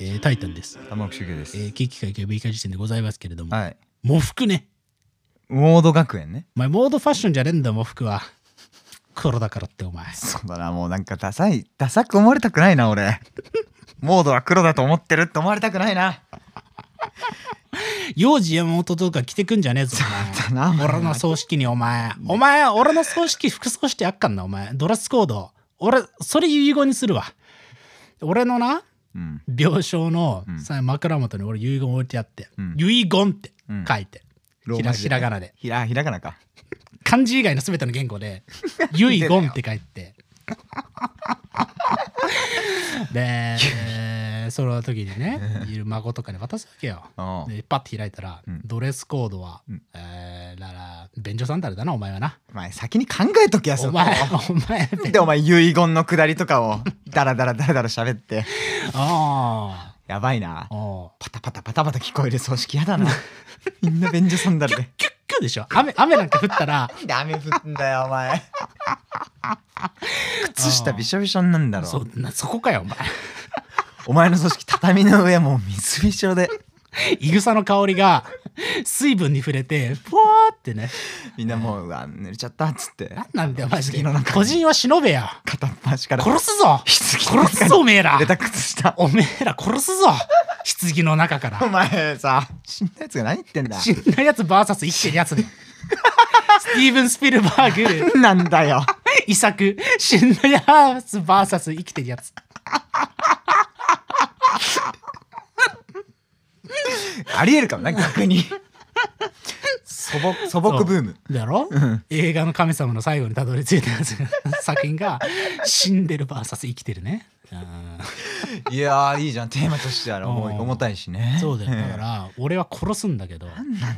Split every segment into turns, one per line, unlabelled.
えータイタンです。
玉置周慶で
え
す、
ー、危機会及び以下時点でございますけれども、
はい
喪服ね。
モード学園ね
お前、モードファッションじゃねえんだよ、喪服は。黒だからって、お前。
そうだなもうなんかダサいダサく思われたくないな俺 モードは黒だと思ってるって思われたくない な
幼児山本とか着てくんじゃねえぞ、
そう
お
だな
前。俺の葬式に、お前。お前、俺の葬式、服装してあっかんな、お前。ドレスコード。俺、それ遺言にするわ。俺のな、
うん
病床の
うん
さ枕元に俺遺言置いてあって、
うん
遺言って
うん
書いて、ひらひらがなで
ひらひらがなか
漢字以外の全ての言語 で遺言って書いてでその時にねいる孫とかに渡すわけよ
ああ
でパッて開いたら、
うん
ドレスコードは、
うん
えーなら便所サンダルだなお前はな
お前先に考えとけやそ
お
こ
前お前
なんでお前遺言のくだりとかをダラダラダラダラ喋って
あ
やばいな
あお
パタパタパタパタ聞こえる葬式やだなみんな便所サ ンダルで
うキュッキュでしょ雨雨なんか降った ら
なんで雨降んだよお前 靴下びしょびしょになんだろ
そなそこかよお前
お前の組織畳の上もう水びしょ で
いぐさの香りが水分に触れてふわーってね
みんなもううわ濡れちゃったっつって
なんなんだよマジで
棺の中に
個人は忍べや
片っ端から
殺すぞ
棺の中に
殺すぞおめえら
入れた靴下
おめえら殺すぞ棺の中か
お
ら
前さ死んだやつが何言ってんだ
死んだやつ VS 生きてるや つだよスティーブン・スピルバー グ
なんだよ
遺作死んだやつ VS 生きてるやつ
ありえるかもな逆に素朴素朴ブーム
だろ、映画の神様の最後にたどり着いたやつ 作品が死んでる VS 生きてるねうん
いやーいいじゃんテーマとしては重い
うん
重たいしね
そうだよだか
ん
ら俺は殺すんだけど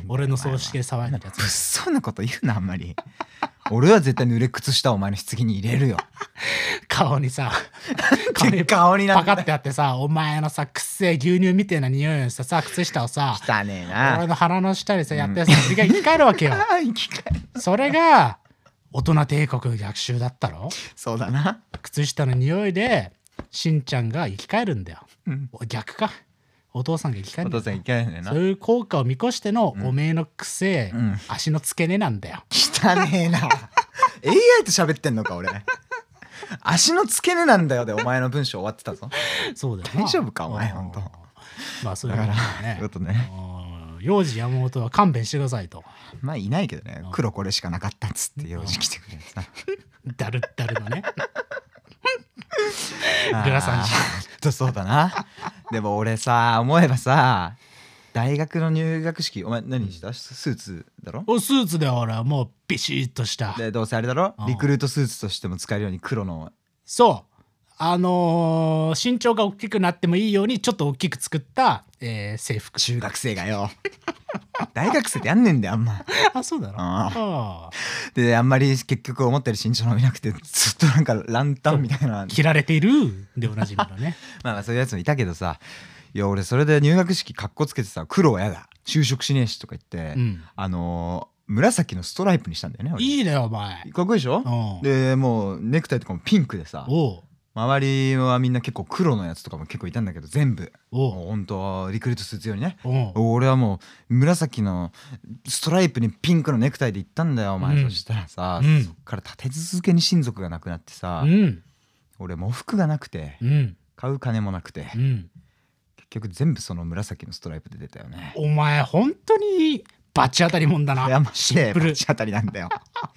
俺の葬式で騒いでるやつ
物騒なこと言うなあんまり俺は絶対濡れ靴下をお前の棺に入れるよ
顔に さ
で顔にな
パ
ん
カ
か
ってあってさお前のさくっせえ牛乳みたいな匂いをしたさ靴下をさ
汚ねえ
俺
な
の鼻の下にさやってさそれが生き返るわけ よ
あー生き返る
それが大人帝国逆襲だったろ
そうだな
靴下の匂いでしんちゃんが生き返るんだよ
うん
お逆かお父さんが生き返る
お
んだ
父
よ
さん生き返るんだよな
そういう効果を見越してのおめえのくせえ
うん
足の付け根なんだよ
汚ねえ な AI と喋ってんのか俺足の付け根なんだよでお前の文章終わってたぞ
そうだよな
大丈夫かお前ほんと
まあそうい
だ
う
か
こと
ら
だ
そうい
ね
うことね
うん幼児山本は勘弁してくださいと
まあいないけどね黒これしかなかったっつって用事来てくれるさ
だるだるのねグラサンジ
とそうだなでも俺さ思えばさ大学の入学式お前何したスーツだろ
おスーツで俺はもうビシッとした
でどうせあれだろ
うん
リクルートスーツとしても使えるように黒の
そうあのー身長が大きくなってもいいようにちょっと大きく作った、えー制服
中学生が よ大学生ってやんねんだよあんま
あそうだなああ
であんまり結局思ったより身長伸びなくてずっとなんかランタンみたいな
着られているでおなじみのね
まあまあそういうやつもいたけどさいや俺それで入学式かっこつけてさ黒はやだ就職しねえしとか言って、
うん
あのー紫のストライプにしたんだよね俺
いいねお前
かっこいいでしょ
うん
でもうネクタイとかもピンクでさ
おう
周りはみんな結構黒のやつとかも結構いたんだけど全部
お
も
う
うほんとリクルートスーツ用にね
おう
俺はもう紫のストライプにピンクのネクタイで行ったんだよお前、
うん
そしたらさ、
うん
そっから立て続けに親族が亡くなってさ、
うん
俺喪服がなくて
うん
買う金もなくて
うん
結局全部その紫のストライプで出たよね
お前本当にバチ当たりもんだ
いや
な
まし
シン
て
プル
ぶち当たりなんだよ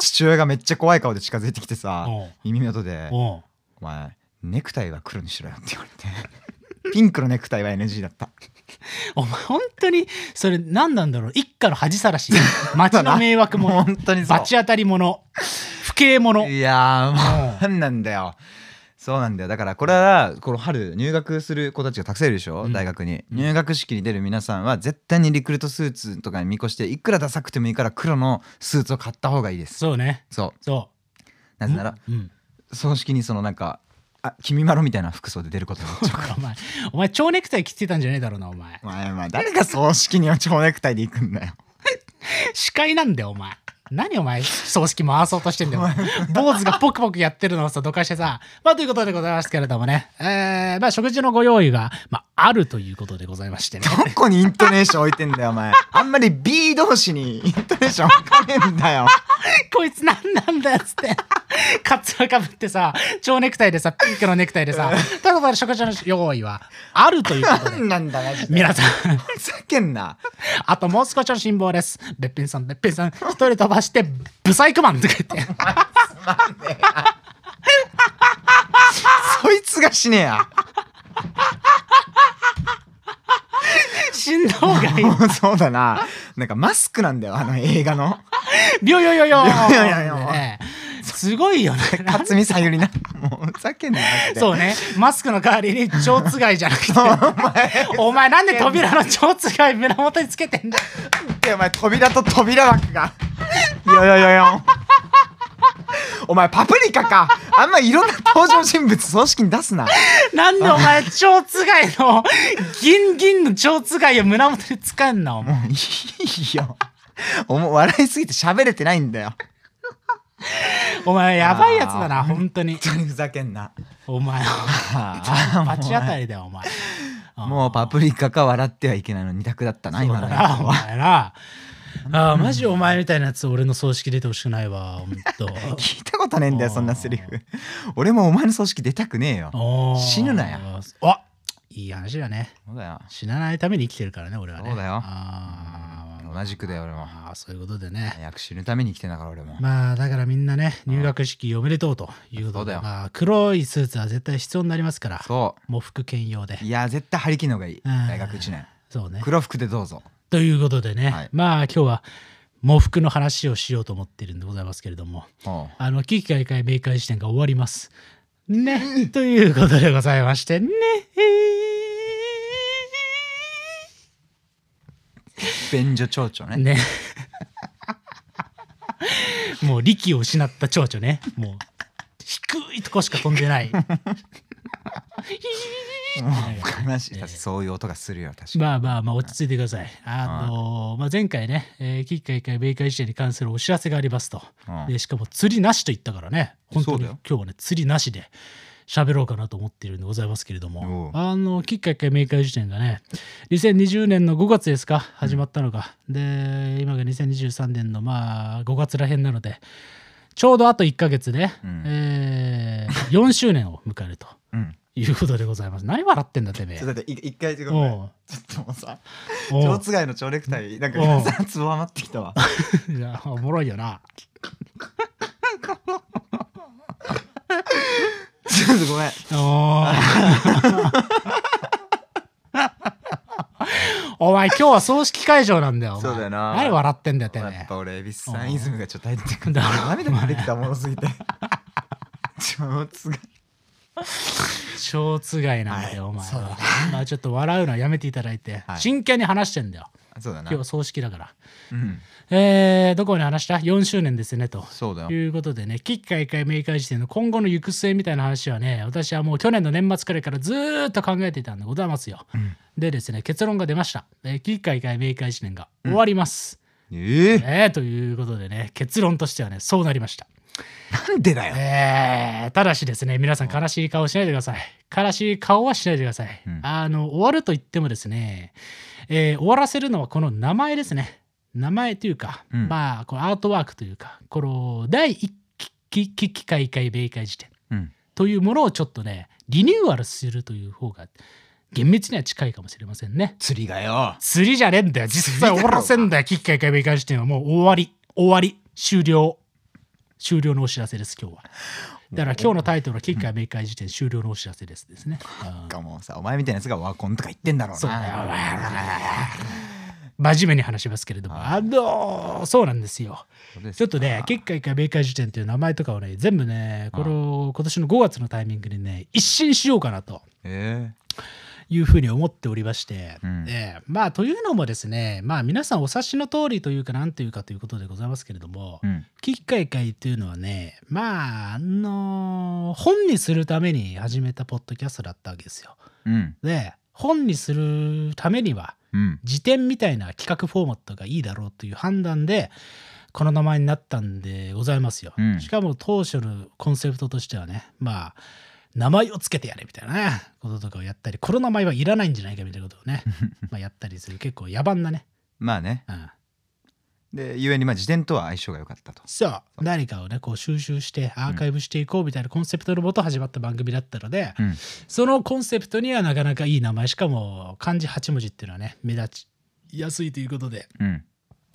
父親がめっちゃ怖い顔で近づいてきてさ
おう
耳元で
おう
「お前ネクタイは黒にしろよ」って言われて ピンクのネクタイは NG だった
お前本当にそれ何なんだろう一家の恥さらし町の迷惑
もう
者
本当に そう
バチ当たり者不敬者
いやーも
う
うん何なんだよそうなんだよだからこれはこの春入学する子たちがたくさんいるでしょ、
うん
大学に入学式に出る皆さんは絶対にリクルートスーツとかに見越していくらダサくてもいいから黒のスーツを買った方がいいです
そうね
そう
そ
な
う
ぜなら、
うん
葬式にそのなんかあ君まろみたいな服装で出ることが多い から
お前お前蝶ネクタイ着てたんじゃねえだろうなお前
お前お前誰が葬式には蝶ネクタイで行くんだよ
司会なんだよお前何お前葬式回そうとしてんだよ坊主がポクポクやってるのをさどかしてさまあということでございますけれどもね、えーまあ、食事のご用意が、まあ、あるということでございましてね
どこにイントネーション置いてんだよお前あんまり B 同士にイントネーション置かねえんだよ
こいつなんなんだよっつって。カツラかぶってさ、蝶ネクタイでさ、ピンクのネクタイでさ、ただただ食事の用意はあるということで
何。なんだマジで
皆さん、
ふざけんな
あともう少しの辛抱です。べっぴんさん、べっぴんさん、一人飛ばして、ブサイクマンとか言って。
そいつが死ねや
死んだ方がい い。
もうそうだななんかマスクなんだよあの映画の
ビョヨヨヨ
ビョヨヨヨ
ねすごいよね。
辰巳さゆりなもうふざけんなマジで
そうね。マスクの代わりに、蝶つがいじゃなく て。お前なんで扉の蝶つがい胸元につけてんだよ
ってお前扉と扉枠がよよよよお前パプリカかあんまいろんな登場人物葬式に出すな
なんでお前、蝶つがいの、ギンギンの蝶つがいを胸元に使えんな、お前。
もういいよおも笑いすぎて喋れてないんだよ
お前、やばいやつだな、
あー
本当に。
本当にふざけんな
お前、
あ
バチ当たりだよ、お前。
ーもうパプリカか笑ってはいけないの二択だったな
そう
今
だ
の
な、お
は
前な。あーマジお前みたいなやつ俺の葬式出てほしくないわ、ほんと。
聞いたことねえんだよそんなセリフ俺もお前の葬式出たくねえよ
おー
死ぬなや。
あいい話だね。
そうだよ
死なないために生きてるからね、俺はね。
そうだよ
あー
同じくだよ俺も
あー、そういうことでね。
早く死ぬために生きてんだから俺も
まあだからみんなね入学式おめでとうということ
そう
で
だよ
まあ、黒いスーツは絶対必要になりますから
そ
喪服兼用で
ういや絶対張り切るのがいい
うん
大学1年
そうね
黒服でどうぞ
ということでね、
はい
まあ今日は喪服の話をしようと思ってるんでございますけれども
ほ
あの危機開会明会時点が終わりますねということでございましてね
う便所町長ね
ねもう力を失った蝶々ねもう低いとこしか飛んでない
もう悲しいそういう音がするよ確かに
まあまあまあ落ち着いてください。あのまあ、前回ね、えー、危機開会米会時代に関するお知らせがありますと。
うん
でしかも釣りなしと言ったからね、本当
そう
に
だ
今日
よ
はね、釣りなしで喋ろうかなと思っているんでございますけれど
お
も
う、
あの危機開会明会時点がね、2020年の5月ですか、始まったのが。で、今が2023年のまあ5月らへんなので、ちょうどあと1ヶ月で、
うん
えー、4周年を迎えると
うん
いうことでございます。何笑ってんだ、てめえ
ちょっ。と待ってい一回ちょっとごめん
おう
ちょっともうさ
おう
蝶つがいの蝶ネクタイなん
うん
かさつぼまってきた わ
いやおもろいよな。
ちょっとごめん
お 前今日は葬式会場なんだよ。お前
そうだよな
何笑ってんだよてめ
やっ
え
ぱ。俺恵比寿さんイズムがちょっと入ってくる
だろ
涙が出てきたものすぎて蝶つがい
超つがいなんだよ、お前
そうだ
は。まあちょっと笑うのはやめていただいて、
はい
真剣に話してんだよ。
あそうだ
今
な
日は葬式だから。
うん
えー、どこに話した ?4 周年ですねと。
そうだよ
ということでね、危機開会明会時点の今後の行く末みたいな話はね、私はもう去年の年末くらいからずーっと考えていたんでございますよ。でですね、結論が出ました。えー、危機開会明会時点が終わります。
ええ
えーということでね、結論としてはね、そうなりました。
なんでだよ
えーただしですね、皆さん悲しい顔しないでください。悲しい顔はしないでください。
うん
あの、終わると言ってもですね、えー終わらせるのはこの名前ですね。名前というか、
うん
まあ、このアートワークというか、この第一期期機開会米会時点
うん
というものをちょっとね、リニューアルするという方が厳密には近いかもしれませんね。
釣りがよ
釣りじゃねえんだよ。実際
釣りだろ
終わらせんだよ。きっかけ明快時点はもう終わり。終わり。終了。終了のお知らせです、今日は。だから今日のタイトルは、きっかけ明快時点終了のお知らせですですね。あ
かもうさお前みたいなやつがワコンとか言ってんだろうな
そうだよー真面目に話しますけれども、あのーそうなんですよ。
そうです
ちょっとね、結果一回明快時点という名前とかをね、全部ね、この今年の5月のタイミングにね、一新しようかなと。
え
いうふうに思っておりまして、
うん
ええまあというのもですねまあ皆さんお察しの通りというかなんというかということでございますけれども
えうん
危機開会というのはねまああの本にするために始めたポッドキャストだったわけですよ。
うん
で本にするためには
うん
辞典みたいな企画フォーマットがいいだろうという判断でこの名前になったんでございますよ、
うん
しかも当初のコンセプトとしてはねまあ名前をつけてやれみたいなねこととかをやったりこの名前はいらないんじゃないかみたいなことを ねまあやったりする結構野蛮なね、
まあね
うん、
でゆえにまあ自伝とは相性が良かったと
そう何かをねこう収集してアーカイブしていこうみたいなコンセプトのもと始まった番組だったので、
うん
そのコンセプトにはなかなかいい名前しかも漢字8文字っていうのはね目立ちやすいということで
うん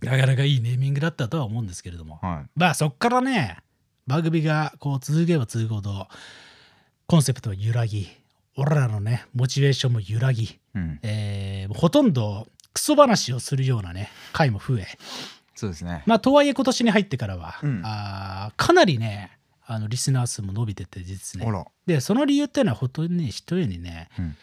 なかなかいいネーミングだったとは思うんですけれども、
は
まあそっからね番組がこう続けば続くほどコンセプトは揺らぎ俺らのねモチベーションも揺らぎ、
い、うん、
えーもうほとんどクソ話をするようなね回も増え
そうですね
まあとはいえ今年に入ってからは、
うん
あーかなりねあのリスナー数も伸びててです
あ
ね
ら、
でその理由っていうのは本当にね一重にね
うん、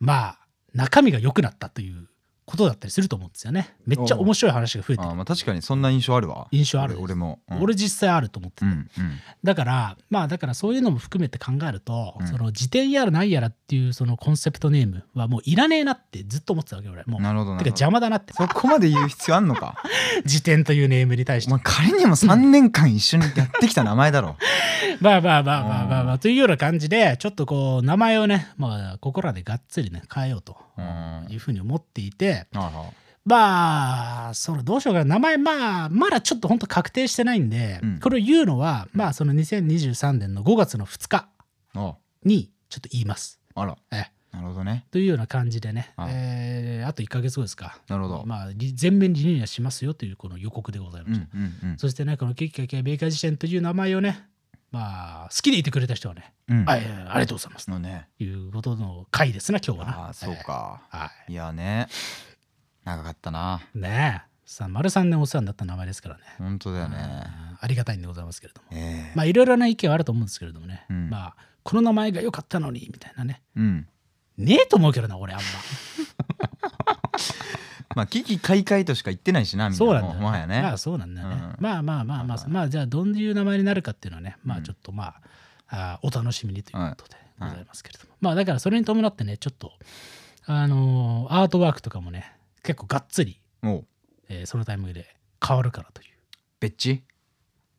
まあ中身が良くなったということだったりすると思うんですよねめっちゃ面白い話が増えて
あ
る
ーまあ確かにそんな印象あるわ
印象ある
俺俺も、うん、
俺実際あると思ってて、
うんうん
だからまあだからそういうのも含めて考えると、
うん
その辞典やら何やらっていうそのコンセプトネームはもういらねえなってずっと思ってたわけ俺もう
なるほどな
てか
るほど
邪魔だなって
そこまで言う必要あんのか
辞典というネームに対し
お
て
前仮にも3年間一緒にやってきた名前だろ
まあまあまあまあまあまあというような感じでちょっとこう名前をねまあここらでがっつりね変えようと
うんあ
いうふうに思っていて
ら
まあそのどうしようかな名前まあまだちょっと本当確定してないんで、
うん
これを言うのはまあその2023年の5月の2日
あ
にちょっと言います。
あら
ええ
なるほどね
というような感じでね、
はい
えーあと1か月後ですか、
なるほど
まあ、り全面リニューアルしますよというこの予告でございま
うん
し
う
た。
んうん
そしてね、このキッカ系メーカー辞典という名前をね、まあ、好きでいてくれた人はね、
うん
はいはいありがとうございます
のね
ということの回ですな、今日はな。
ああそうか
えー。はい。
やね長かったない
ねえ、さ丸3年お世話になった名前ですからね。
本当だよね
あーありがたいんでございますけれども。
ええ
まあ、いろいろな意見はあると思うんですけれどもね、
うん
まあ、この名前が良かったのにみたいなね。
うん
ねえと思うけどな、俺、あんま。
まあ危機開会としか言ってないしなみんな
そうなんだ
も
よ、
うもはや
ま
ね
あそうなんだよね。
うん
まあまあまあまあ、
はいはい
まあじゃあどういう名前になるかっていうのはね、ま
う
あ
ん
ちょっとまあ、あーお楽しみにということで
は
ご
い
ざいますけれども。まあだからそれに伴ってね、ちょっと、あのーアートワークとかもね、結構がっつり、
もう
えーそのタイミングで変わるからという。
別地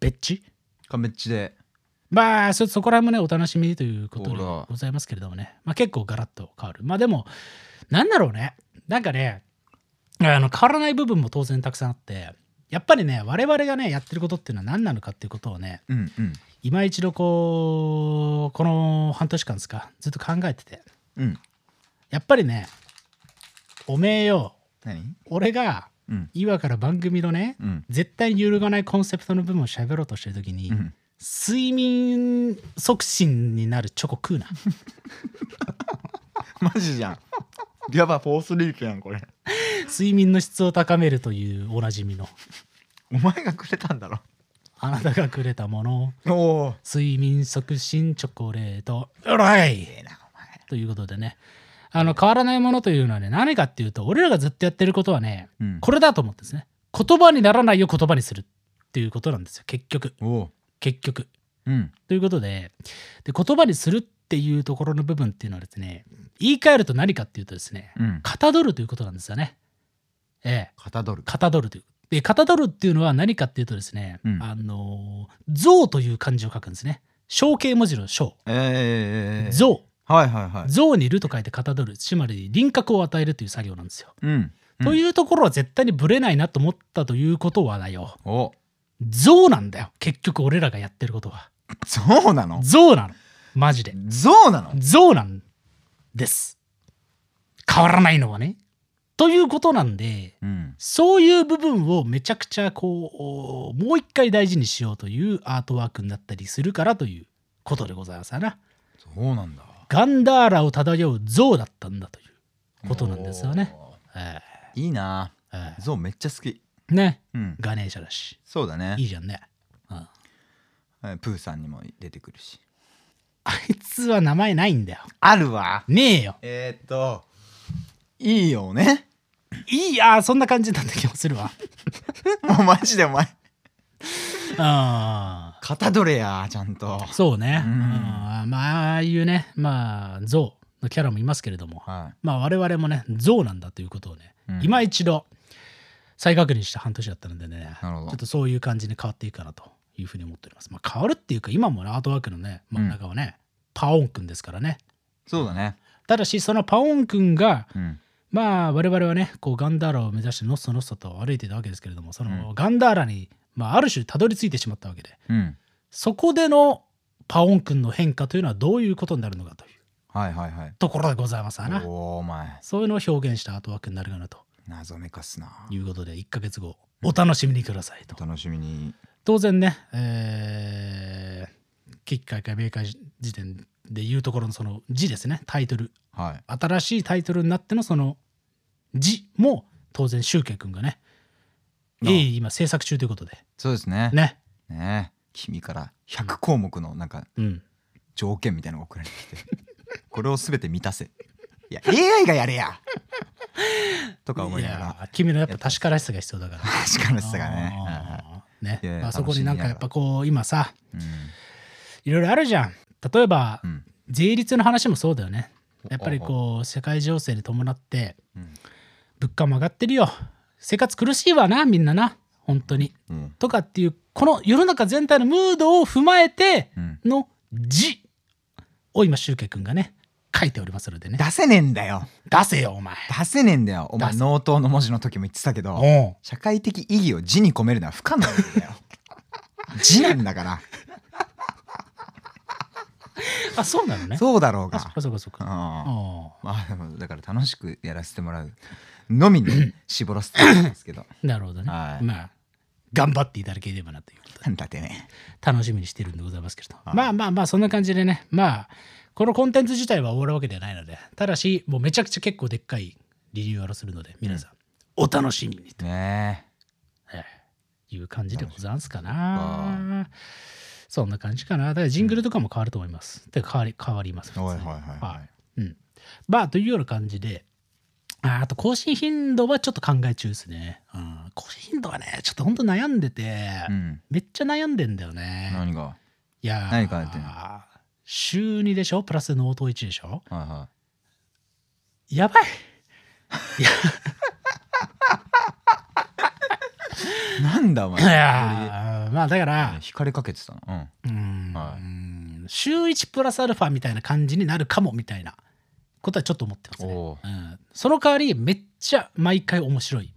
別地
か別地で
まあそそこら辺もねお楽しみにということで
ほら
ございますけれどもね、まあ、結構ガラッと変わるまあでもなんだろうねなんかねあの変わらない部分も当然たくさんあってやっぱりね我々がねやってることっていうのは何なのかっていうことをね
うんうん
今一度こうこの半年間ですかずっと考えてて
うん
やっぱりねおめえよ
何
俺が
うん
今から番組のね、
うん
絶対に揺るがないコンセプトの部分を喋ろうとしてる時に、
うん
睡眠促進になるチョコ食うな
マジじゃんやばフォースリープやんこれ
睡眠の質を高めるというおなじみの
お前がくれたんだろ
あなたがくれたもの
おお
睡眠促進チョコレートうらい
ええなお前
ということでねあの変わらないものというのはね何かっていうと俺らがずっとやってることはね
うん
これだと思ってですね言葉にならないを言葉にするっていうことなんですよ結局
おお
結局
うん
ということでで言葉にするっていうところの部分っていうのはですね言い換えると何かっていうとですね
うん
かたどるということなんですよね。ええ、
かたどる
かたどるという。で、かたどるっていうのは何かっていうとですね、
うん
あのー、象という漢字を書くんですね。象形文字の象。
ええええええ
象。
はいはいはい
象にると書いてかたどる。つまり輪郭を与えるという作業なんですよ。
うんうん
というところは絶対にブレないなと思ったということはだよ。
お
象なんだよ。結局俺らがやってることは。
そうなの
象なの。マジで。
そうなの
象なんです。変わらないのはね。ということなんで、
うん
そういう部分をめちゃくちゃこうもう一回大事にしようというアートワークになったりするからということでございますわな。
そうなんだ
ガンダーラを漂う象だったんだということなんですよね。
おー
え
いいな
ええ
ゾウめっちゃ好き
えね
うん
ガネーシャだし
そうだね
いいじゃんね。うん
はいプーさんにも出てくるし
あいつは名前ないんだよ。
あるわ
ねえよ。
えー、っといいよね
いいやーそんな感じだった気もするわ。
もうマジでお前
あ
肩どれやちゃんと
ーそうね。う
うん
んまあああいうねまあ象のキャラもいますけれども。
は
まあ我々もね象なんだということをね、
うん
今一度再確認した半年だったのでね、ち
なるほ
ょ
ど
っとそういう感じに変わっていくかなというふうに思っております。まあ、変わるっていうか、今もね、アートワークのね、真ん中はね、パオンくんですからね。
そうだね
ただし、そのパオンくんが、
うん
まあ、我々はね、こうガンダーラを目指してのっそのっそと歩いていたわけですけれども、そのガンダーラに、まあ、ある種たどり着いてしまったわけで、
うん
そこでのパオンくんの変化というのはどういうことになるのかという
はいはいはい
ところでございますわな。
おおお前
そういうのを表現したアートワークになるかなと
謎めかすな
いうことで、1ヶ月後、お楽しみにくださいと
お。楽しみに
当然ね、えー、キッカイか明快時点で言うところのその字ですね、タイトル。
はい
新しいタイトルになってのその字も当然、シュウケイ君がね、
ああ
鋭意今制作中ということで、
そうですね
ね。
ね君から100項目のなんか
うん。
条件みたいなのが送られてき てこれを全て満たせいや AI がやれ やとか思い
い
ながら
や、君のやっぱ確からしさが必要だから。
確かにしたがね
あーね
いやいや
まあ、そこになんかやっぱこう今さ
うん
いろいろあるじゃん例えば、
うん
税率の話もそうだよねやっぱり
お
こう世界情勢に伴って
うん
物価も上がってるよ生活苦しいわなみんなな本当に
うん
とかっていうこの世の中全体のムードを踏まえて
うん
の字を今シュウケイ君がね書いておりますのでね
出せねえんだよ
出せよお前
出せねえんだよお前
出せ
納刀の文字の時も言ってたけど
おう
社会的意義を字に込めるのは不可能なんだ よ字なんだから
あそうなのね
そうだろう
あそっ
が
かそっかそっ
うん
か
ま
あ
あでもだから楽しくやらせてもらうのみに絞らせてもらうんですけど
なるほどねま
はい
あ頑張っていただければなということで
なんだってね
楽しみにしてるんでございますけれど、
はい
まあまあまあそんな感じでねまあこのコンテンツ自体は終わるわけではないのでただしもうめちゃくちゃ結構でっかいリニューアルをするので皆さん、お楽しみにと
ね
いう感じでございますか
楽し
なそんな感じかなだからジングルとかも変わると思います、で変わり変わります
えは
普
い
通に
はいはい
は
はいい
うん、まあというような感じでああと更新頻度はちょっと考え中ですね、うん、更新頻度はねちょっとほんと悩んでて、
うん
めっちゃ悩んでんだよね
何がはい
やー
何書いてんの
週2でしょプラスノート1でしょ
いは
やばいいや
いなんだお前
いやーまあだから
惹かれかけてたのうん
うーん、
は
週1プラスアルファみたいな感じになるかもみたいなことはちょっと思ってますね、
お
うん、その代わりめっちゃ毎回面白い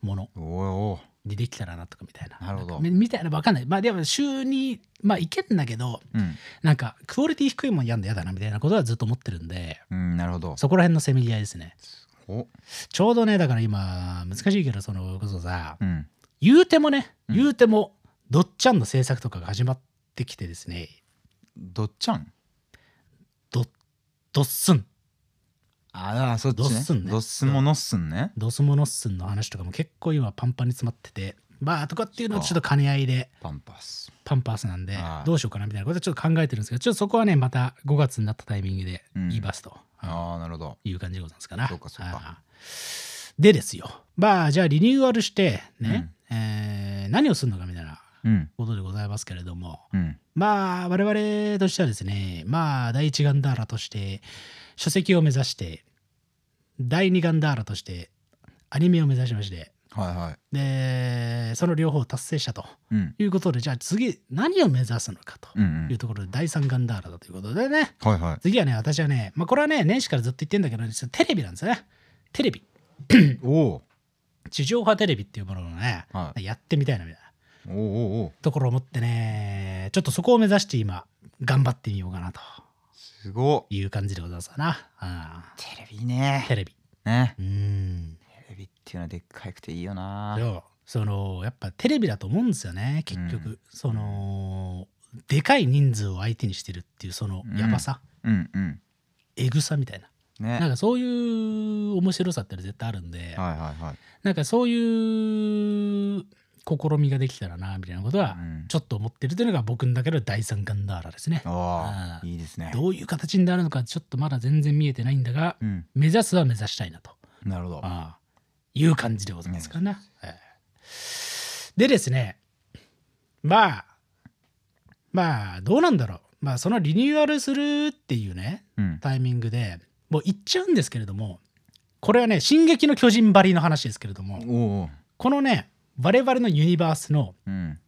もの
おお
にできたらなとかみたいな
なるほど
んかみみたいなわかんないまあでも週2まあいけんだけど
ーうん
なんかクオリティ低いもんやんだやだなみたいなことはずっと思ってるんで
うんなるほど
そこら辺のせめぎ合いですね
お
ちょうどね、だから今、難しいけど、その、こそさ
う、ん
言うてもね、
うん
言うても、どっちゃんの制作とかが始まってきてですね、
どっちゃん
ど、どっすん、
ああそっちね
どっすんね
どっすものっすんね
どすものっすんの話とかも結構今パンパンに詰まってて、まあ、とかっていうのはちょっと兼ね合いで、
パンパス
パンパースなんで
は、い
どうしようかなみたいなことはちょっと考えてるんですけど、ちょっとそこはね、また5月になったタイミングで
うん
言いますと。
ああなるほど
いう感じでございますかな。
そうかそうか
あーでですよ。まあ、じゃあリニューアルして、ね、えー何をするのかみたいな
うん
ことでございますけれども、
うん
まあ我々としてはですねまあ第一ガンダーラとして書籍を目指して第二ガンダーラとしてアニメを目指しまして
はいはい
でその両方を達成したと
うん
いうことでじゃあ次何を目指すのかと
うんうん
いうところで第三ガンダーラだということでね
はいはい
次はね私はねまあこれはね年始からずっと言ってんだけど実はテレビなんですよねテレビ
おお
地上波テレビっていうものをね、
はい
やってみたいなみたいな
おおおお
ところを持ってねちょっとそこを目指して今頑張ってみようかなと
すご
いう感じでございますかな。ああ
テレビね
テレビ。
ね
うん。
テレビっていうのはでっかくていいよな
そうそのやっぱテレビだと思うんですよね結局、
うん
そのでかい人数を相手にしてるっていうその
うん
やばさ、
うんうん
えぐさみたいな
ね
なんかそういう面白さって絶対あるんで、
はいはいはい
なんかそういう試みができたらなみたいなことは
うん
ちょっと思ってるというのが僕の中での第三ガンダーラですね。
あ
あー
あいいですね
どういう形になるのかちょっとまだ全然見えてないんだが、
うん
目指すは目指したいなと
なるほど
ああいう感じでございますかな。ええでですねまあまあどうなんだろうまあそのリニューアルするっていうね
うん
タイミングでもう言っちゃうんですけれどもこれはね「進撃の巨人」ばりの話ですけれども
おお
このね我々のユニバースの、
うん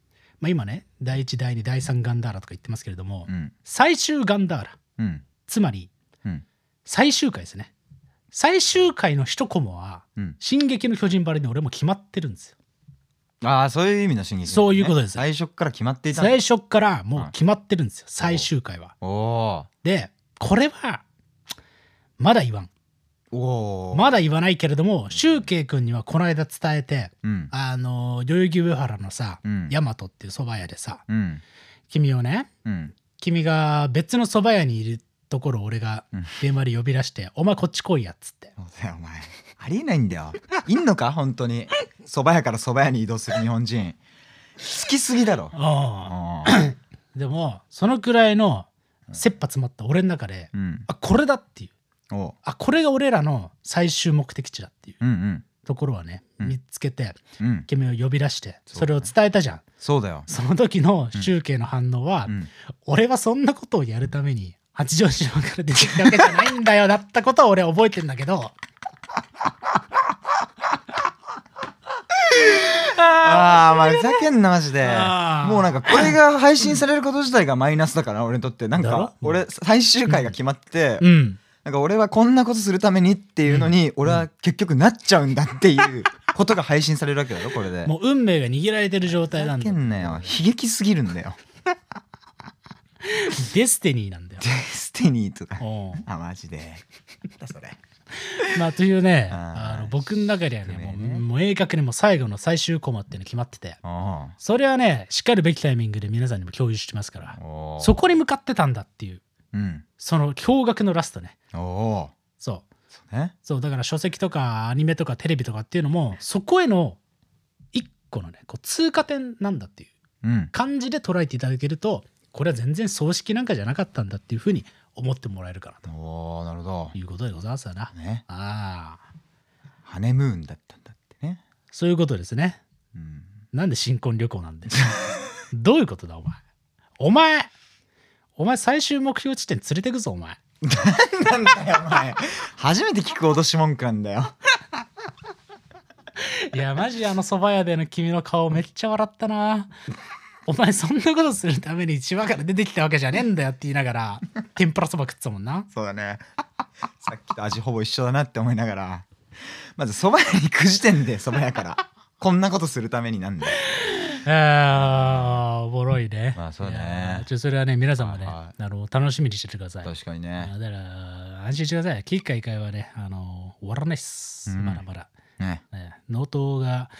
まあ、今ね第1第2第3ガンダーラとか言ってますけれども、
うん
最終ガンダーラ
うん
つまり
うん
最終回ですね最終回の一コマは
うん
「進撃の巨人」ばりの俺も決まってるんですよ
ああそういう意味の進撃、ね、
そういうことです
最初っから決まっていたんだ
最初からもう決まってるんですよ
い
最終回は
おお
でこれはまだ言わん
ーおお
まだ言わないけれどもシュウケイ君にはこの間伝えて
うん
あの代々木上原のさ、
うん
ヤマトっていう蕎麦屋でさ
うん
君をね
うん
君が別の蕎麦屋にいるところを俺が
うん
電話で呼び出して「お前こっち来いや」っつって
そうだよお前ありえないんだよいんのか本当に蕎麦屋から蕎麦屋に移動する日本人好きすぎだろあー
でもそのくらいの切羽詰まった俺の中で
うん
あこれだっていう
おう
あこれが俺らの最終目的地だっていう
うん
ところはね
うん
見つけて
うんうん
君を呼び出して
そう
それを伝えたじゃん
そうだよ
その時の集計の反応は
うん
俺はそんなことをやるために八丈島から出てきたわけじゃないんだよだったことは俺は覚えてんだけど
ああまあふざけんなマジで
あー
もうなんかこれが配信されること自体がマイナスだから俺にとってなん
だろ
か俺最終回が決まって
うん
なんか俺はこんなことするためにっていうのに俺は結局なっちゃうんだっていうことが配信されるわけだろこれで
もう運命が握られてる状態な
ふ
ん
ざけ
だ
んなよ悲劇すぎる んだよ
デスティニーなんだよ
デスティニーとか
おう
あマジでなんだそれ
まあというね
あ
あ
ー
の僕の中ではね
宿命
もう
ね
もう鋭角にもう最後の最終コマっていうの決まってて
あ
それはねしっかりべきタイミングで皆さんにも共有してますから
あおー
そこに向かってたんだっていう
うん
その驚愕のラストね
おお
そう
ーね
そうだから書籍とかアニメとかテレビとかっていうのもそこへの一個のねこう通過点なんだっていう
うん
感じで捉えていただけるとこれは全然葬式なんかじゃなかったんだっていうふうに思ってもらえるかな
おおなるほ
ということでございますわな。
どね
ああ
ハネムーンだったんだってね
そういうことですね。
うん
なんで新婚旅行なんでどういうことだお前お前お前最終目標地点連れてくぞお前
なんだよお前初めて聞く脅し文句なんだよ
いやマジあの蕎麦屋での君の顔めっちゃ笑ったなお前そんなことするために千葉から出てきたわけじゃねえんだよって言いながら天ぷらそば食ってたもんな
そうだねさっきと味ほぼ一緒だなって思いながらまず蕎麦屋に行く時点で蕎麦屋からこんなことするためになんだよ
あーおもろいね
まあそうね
いやーちょそれはね皆さんもね、
はいは
あの楽しみにしててください
確かに
いや
ね
だから安心してくださいキッカイ会はねあの終わらないっす、
うん
まだまだ
ね
ね納刀が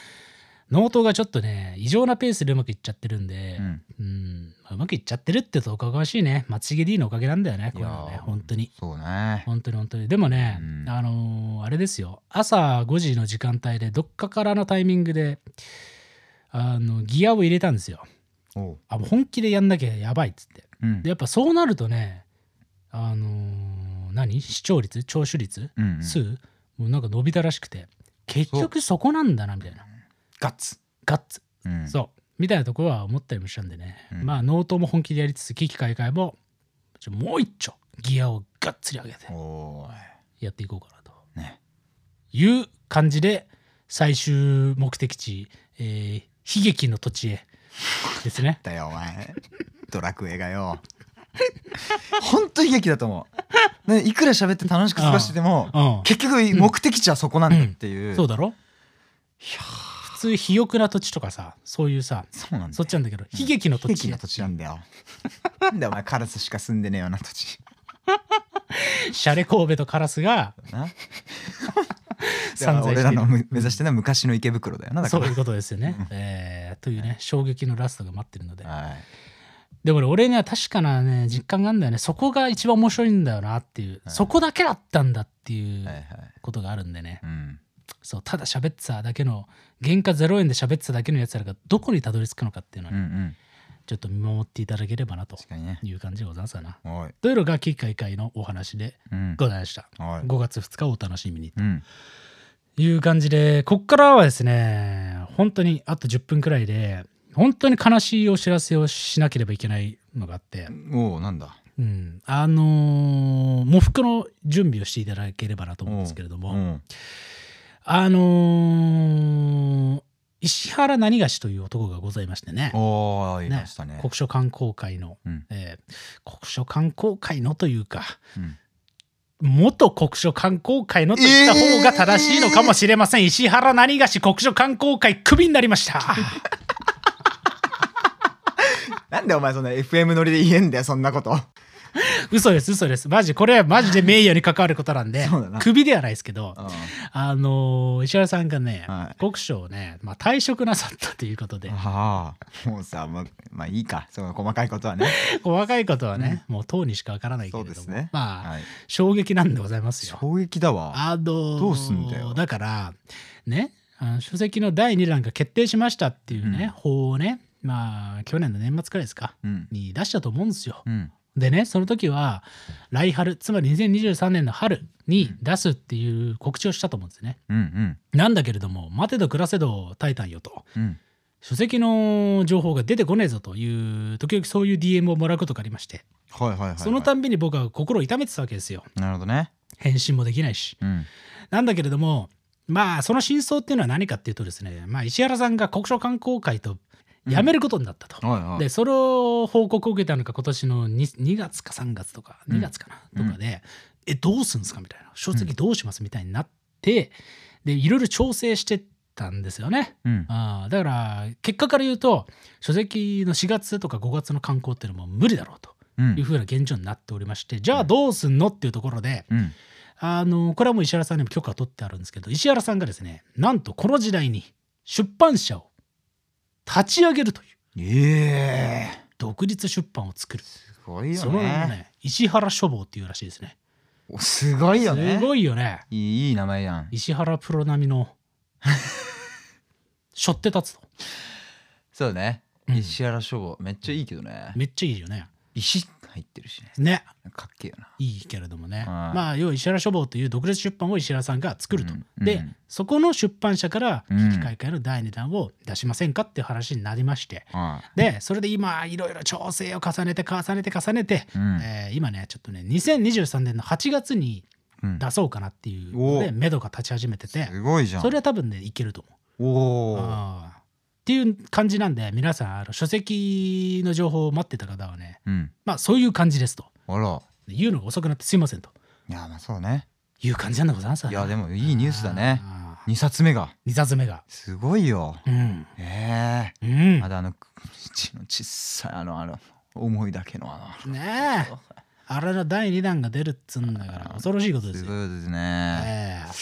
納刀がちょっとね異常なペースでうまくいっちゃってるんで
う、ん
うんまあうまくいっちゃってるってとおかがましいね松重 D のおかげなんだよねこれはね本当に
そうね
本当に本当にでもね、
うん
あのーあれですよ朝5時の時間帯でどっかからのタイミングであのギアを入れたんですよ
おう
あもう本気でやんなきゃやばいっつって
うん
でやっぱそうなるとねあのー何視聴率聴取率
うんうん
数、もうなんか伸びたらしくて結局そこなんだなみたいな
ガッツ
ガッツ
うん
そうみたいなところは思ったりもしたんでね、
うん
まあ納刀も本気でやりつつ危機開会もちょもう一丁ギアをがっつり上げて
おー
やっていこうかなと
いね
いう感じで最終目的地、えー悲劇の土地へです ね
だよお前ドラクエがよほんと悲劇だと思う、ね、いくら喋って楽しく過ごしてても
うん
結局目的地はそこなんだっていう、
そうだろ普通肥沃な土地とかさそういうさ
そうなんだ
そっ
よ
ちなんだけど悲劇の土
悲
地
劇の土地なんだよなんだよお前カラスしか住んでねえよな土地
シャレ神戸とカラスが
な
散財し
俺
て
ら
る
のむ目指してるのは昔の池袋だよなだか
そう
ら
いうことですよね、えーというね衝撃のラストが待ってるので
はい
でもね俺には確かなね実感があるんだよねそこが一番面白いんだよなっていう、そこだけだったんだってい
はいはいう
ことがあるんでね、
うん
そうただ喋ってただけの原価0円で喋ってただけのやつらがどこにたどり着くのかっていうの
うん
は
う
ね、
ん
ちょっと見守っていただければなと
確かにね
いう感じでございますわな。
おい
というのが機械会のお話で
うん
ございました。
おい
5月2日をお楽しみに
うん
という感じでこっからはですね本当にあと10分くらいで本当に悲しいお知らせをしなければいけないのがあって、
おおなんだ
うん、あのー喪服の準備をしていただければなと思うんですけれども、
うん
あのー石原何がしという男がございましてね
おーい
ね
ましたね
国書観光会の、
うん
えー国書観光会のというか
うん
元国書観光会のと言った方が正しいのかもしれません、石原何がし国書観光会クビになりました
なんでお前そんな FM 乗りで言えんだよそんなこと
嘘です嘘ですマジこれはマジで名誉に関わることなんで
そうだな
クビではないですけど
うん
あのー石原さんがね、
はい
国書をね、まあ、退職なさったということで
ああもうさままあいいかその細かいことはね
細かいことはね、もう当にしかわからないけれども
そうですね
まあ、
はい
衝撃なんでございますよ。
衝撃だわ
あのー
どうすんだよ
からねあの書籍の第2弾が決定しましたっていうね、
うん
法をねまあ去年の年末くらいですか
うん
に出したと思うんですよ。
うん
でねその時は来春つまり2023年の春に出すっていう告知をしたと思うんですね。
うんうん
なんだけれども待てど暮らせどタイタンよと。
うん
書籍の情報が出てこねえぞという時々そういう DM をもらうことがありまして、
はいはいはい、はい、
そのたんびに僕は心を痛めてたわけですよ
なるほどね
返信もできないし
うん
なんだけれどもまあその真相っていうのは何かっていうとですね、まあ、石原さんが国書観光会と辞めることになったと、
はいはい
でそれを報告を受けたのが今年の 2, 2月か3月とか
うん
2月かな、とかでえどうするんですかみたいな書籍どうしますみたいになってでいろいろ調整してたんですよね。
うん
ああだから結果から言うと書籍の4月とか5月の刊行っていうのも無理だろうと
うん
いうふうな現状になっておりましてじゃあどうすんのっていうところで
うん
あのこれはもう石原さんにも許可を取ってあるんですけど石原さんがですねなんとこの時代に出版社を立ち上げるという
ええ
独立出版を作る
すごいよね
その名もね石原書房っていうらしいですね
おすごいよね
すごいよね
いいいい名前やん
石原プロ並み のしょって立つと
そうね、
うん
石原書房めっちゃいいけどね
めっちゃいいよね
石入ってるしね
ね
かっけえよない
いけれどもね、
はい
まあ要は石原書房という独立出版を石原さんが作ると、
うんうん
で、そこの出版社から
うん
危機開会の第2弾を出しませんかっていう話になりまして、
は
でそれで今いろいろ調整を重ねて重ねて重ねて、
いうん
えー今ねちょっとね2023年の8月に
うん
出そうかなっていうので
お
目処が立ち始めてて
すごいじゃん
それは多分ねいけると思う。
おお
あーっていう感じなんで皆さんあの書籍の情報を待ってた方はね
うん
まあそういう感じですと
あら
言うのが遅くなってすいませんと
いやまあそうね
いう感じなんでございます
いやでもいいニュースだね
あー
二冊目が
二冊目が。
すごいよ
うん。
え
う
え
ん
ま。だあの口のちっさいあのあの思いだけのあ
ねえ。あれの第二弾が出るっつうんだから恐ろしいこと
の
です
す
よ。
ごいですね
ええ
いやー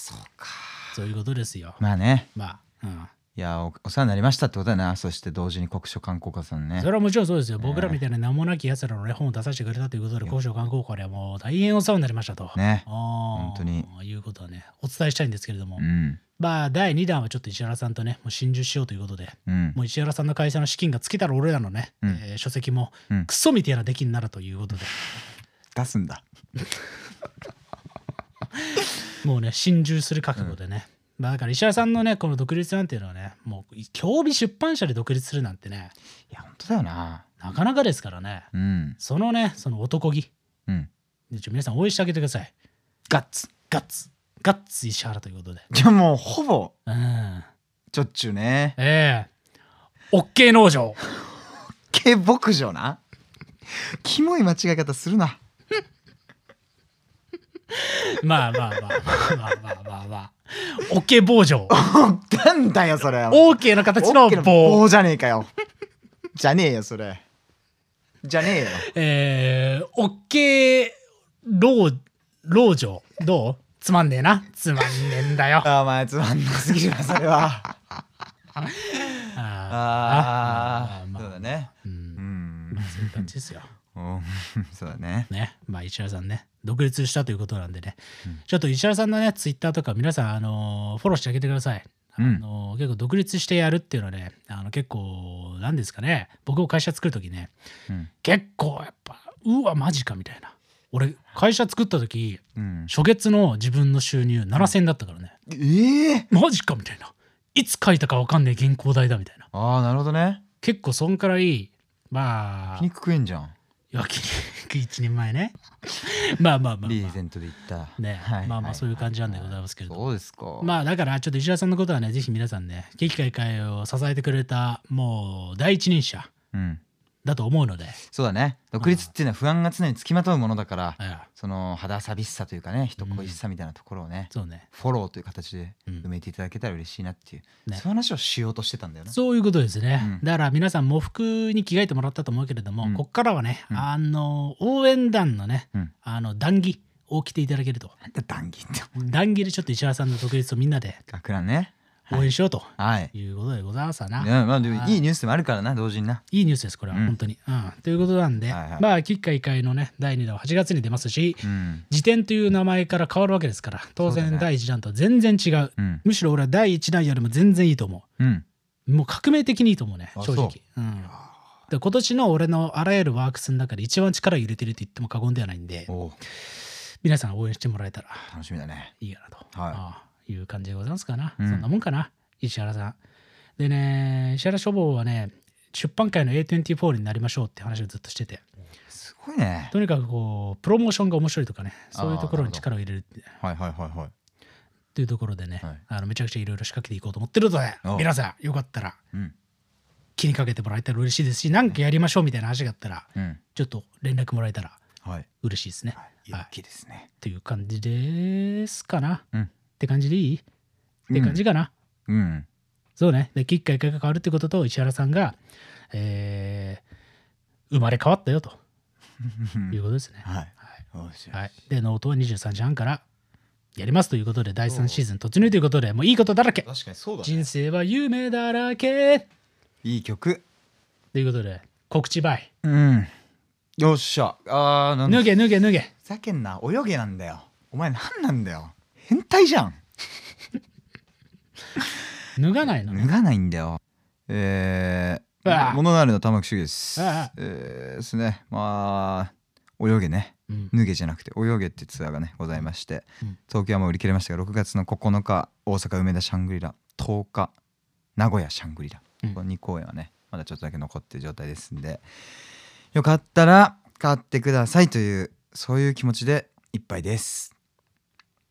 そうか
そういうことですよ。
まあね
まあ、うん。
いやおお世話になりましたってことだなそして同時に国書観光課さんね
それはもちろんそうですよ。僕らみたいな名もなき奴らのね本を出させてくれたということで、高所観光校ではもう大変お世話になりましたと。
ね
本
本当に。
いうことはね、お伝えしたいんですけれども
う、ん
まあ、第二弾はちょっと石原さんとね、もう心中しようということで、
うん
もう石原さんの会社の資金がつけたら俺らのね、
うん
えー書籍も
うん
クソみたいな出来になるということで、
出すんだ
もうね心中する覚悟でね、まあだから石原さんのねこの独立なんていうのはねもう競技出版社で独立するなんてね
いや本当だよな
なかなかですからね
うん
そのねその男気
うん
でちょ皆さん応援してあげてください
ガッツ
ガッツガッツ石原ということで
じゃあもうほぼ
うん
ちょっちゅうね
ええオッケー農場
毛牧場なキモい間違い方するな
まあまあまあまあまあまあまあオッケー棒状
なんだよそれ
オーケーの形の
オッケーの
棒
棒じゃねえかよじゃねえよそれじゃねえよ
えー、オッケー老老女どうつまんねえなつまんねえんだ よ
あーお前つまんなすぎるなそれ は
あーあーまあ
そうだね
う
うんん
まあそういう感じですよ。
おそうだね
ね、まあ石原さんね独立したということなんでね、ちょっと石原さんのねツイッターとか皆さん、あのーフォローしてあげてください。あ
うん
のー結構独立してやるっていうのはねあの結構なんですかね僕も会社作る時ね
うん
結構やっぱうわマジかみたいな俺会社作った時
うん
初月の自分の収入7,000だったからね、
ええ
マジかみたいないつ書いたか分かんない原稿代だみたいな
ああなるほどね
結構そんくらいまあ
皮肉食えんじゃん
焼肉一人前ね。 まあまあまあ、
リー
ま
ゼントで行った。
あ、ね、
はい
まあまあそういう感じなんでござい
す
ますけれども。
そうですか。
まあだからちょっと石田さんのことはね、ぜひ皆さんね、劇界会を支えてくれたもう第一人者
うん。
だと思うので、
そうだね。独立っていうのは不安が常につきまとうものだから、
ええ
その肌寂しさというかね、人恋しさみたいなところをね、
そうね。
フォローという形で
うん
埋めていただけたら嬉しいなっていう、
ね
そういう話をしようとしてたんだよな。
そういうことですね、
うん
だから皆さん喪服に着替えてもらったと思うけれども、
うん
ここからはね、
うん
あの応援団のね、
うん
あの談義を着ていただけると
なんで談義って。
談義でちょっと石原さんの独立をみんなで
学ランね。
応援しようと
はい。
いうことでございますわな、
うん、まあでも
はい
いいニュースでもあるからな、同時にな。
いいニュースですこれは、
うん
本当に、うん、ということなんで、
はいはい
まあ吉川一会のね第2弾は8月に出ますし、
うん。
辞典という名前から変わるわけですから当
そうだ
然
ね
第1弾とは全然違う、
うん。
むしろ俺は第1弾よりも全然いいと思う
うん。
もう革命的にいいと思うね
あ
正
そう
直うんで今年の俺のあらゆるワークスの中で一番力入れてると言っても過言ではないんで
おお、
皆さん応援してもらえたら
楽しみだね。
いいかなと、
はい
ああいう感じでございますかな、
うん
そんなもんかな石原さんでね石原書房はね出版界の A24 になりましょうって話をずっとしてて
すごいね。
とにかくこうプロモーションが面白いとかねそういうところに
あー
力
なるほど
を入れるって
はいはいはいはい。
っていうところでね、
はい
あのめちゃくちゃいろいろ仕掛けていこうと思ってるので
お
皆さんよかったら
うん。
気にかけてもらえたら嬉しいですし何かやりましょうみたいな話があったら
うん。
ちょっと連絡もらえたら
はい。
嬉しいですね。
勇気ですね。
っていう感じですかな。
うん
って感じでいいって感じかな。
うん。
そうね。で、一回一回が変わるってことと、石原さんが、えー生まれ変わったよということですね。
はい。
はい
よし
はい、で、ノートは23時半からやりますということで、第3シーズン突入ということで、もういいことだらけ。
確かにそうだね。
人生は夢だらけ
いい曲。
ということで、告知バイ。
うん。よっしゃ。あー、なんだ
脱げ脱げ脱げ。
ふざけんな泳げなんだよお前何なんだよ変態じゃん
脱がないのね
脱がないんだよえ
ああ
ー、ものなるの玉木主義です
ああ
えー、ですねまあ泳げね
うん
脱げじゃなくて泳げってツアーがねございまして、
うん
東京はもう売り切れましたが6月の9日大阪梅田シャングリラ10日名古屋シャングリラ、
うん
この2公演はねまだちょっとだけ残ってる状態ですんでよかったら買ってくださいというそういう気持ちでいっぱいです。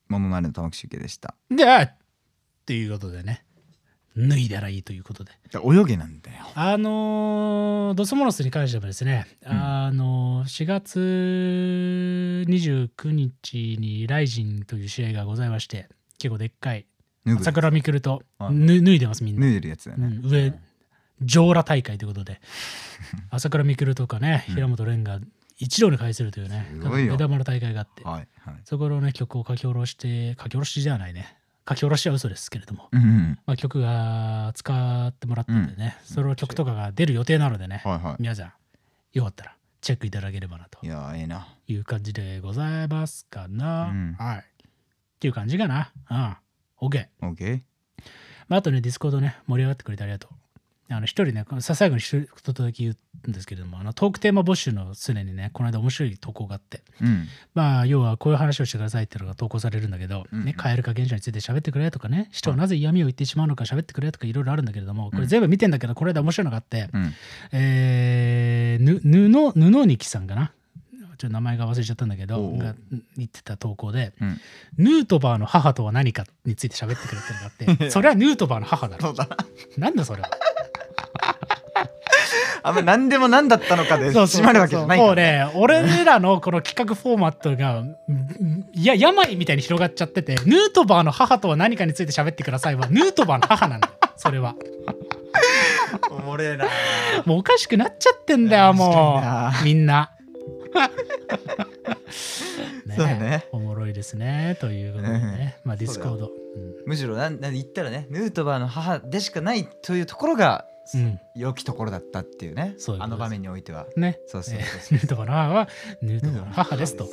モノマネの玉木集計でした。
で、ということでね、脱いだらいいということで。
泳げなんだよ。
あのードスモノスに関してもですね、
ん
あのー4月29日にライジンという試合がございまして、結構でっかい、
脱ぐ
桜みくると
は
脱
い
脱いでます、みん
脱
な。
いでるやつだよね。
うん上、上裸大会ということ で、朝倉みくるとかね、
うん
平本蓮が一堂に会するというね、
すごいよ
目玉の大会があって、
はいはい。
そこのね、曲を書き下ろして、書き下ろしじゃないね、書き下ろしは嘘ですけれども、
うんうん。
まあ、曲が使ってもらったんでね、それを曲とかが出る予定なのでね、
はいはい。
皆さんよかったらチェックいただければなと
いやーええな。
いう感じでございますかな、
うん
はいっていう感じかなうん OK、
オッケー。
まあ、あとねディスコードね盛り上がってくれてありがとうあの一人ねこのさ最後に一言だけ言うんですけれどもあのトークテーマ募集の常にねこの間面白い投稿があって
うん
まあ要はこういう話をしてくださいっていうのが投稿されるんだけど、
うんうん
ね、蛙化現象について喋ってくれとかね人はなぜ嫌味を言ってしまうのか喋ってくれとかいろいろあるんだけれどもこれ全部見てんだけどこの間面白いのがあって、
うん
えー、ぬ布布にきさんかなちょっと名前が忘れちゃったんだけど
おうおう
が言ってた投稿で、
うん。
ヌートバーの母とは何かについて喋ってくれてるのがあって それはヌートバーの母だろ
そうだな。
なんだそれは
あんま何でも何だったのかで閉まるわけじゃない
も
か
う
ら。
ね俺らのこの企画フォーマットがうんいや病みたいに広がっちゃっててヌートバーの母とは何かについて喋ってくださいはヌートバーの母なんだよそれは
おもれえな。
もうおかしくなっちゃってんだよも
確かに
うみん な。ね
そうね
おもろいですねということでね、まあディスコード、うん
むしろなんなん言ったらねヌートバーの母でしかないというところが、
うん
良きところだったっていうね
そういうことです
あの場面においては
ね
そうそう
え
そう
ーヌートバーの母はヌートバーの母ですと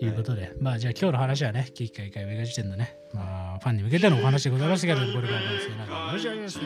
ヌートバ
いうことで、まあじゃあ今日の話はね、キッカイカイウェガ時点のね、まあファンに向けてのお話でございましたけれども、これからもですね、なんか面白いですね。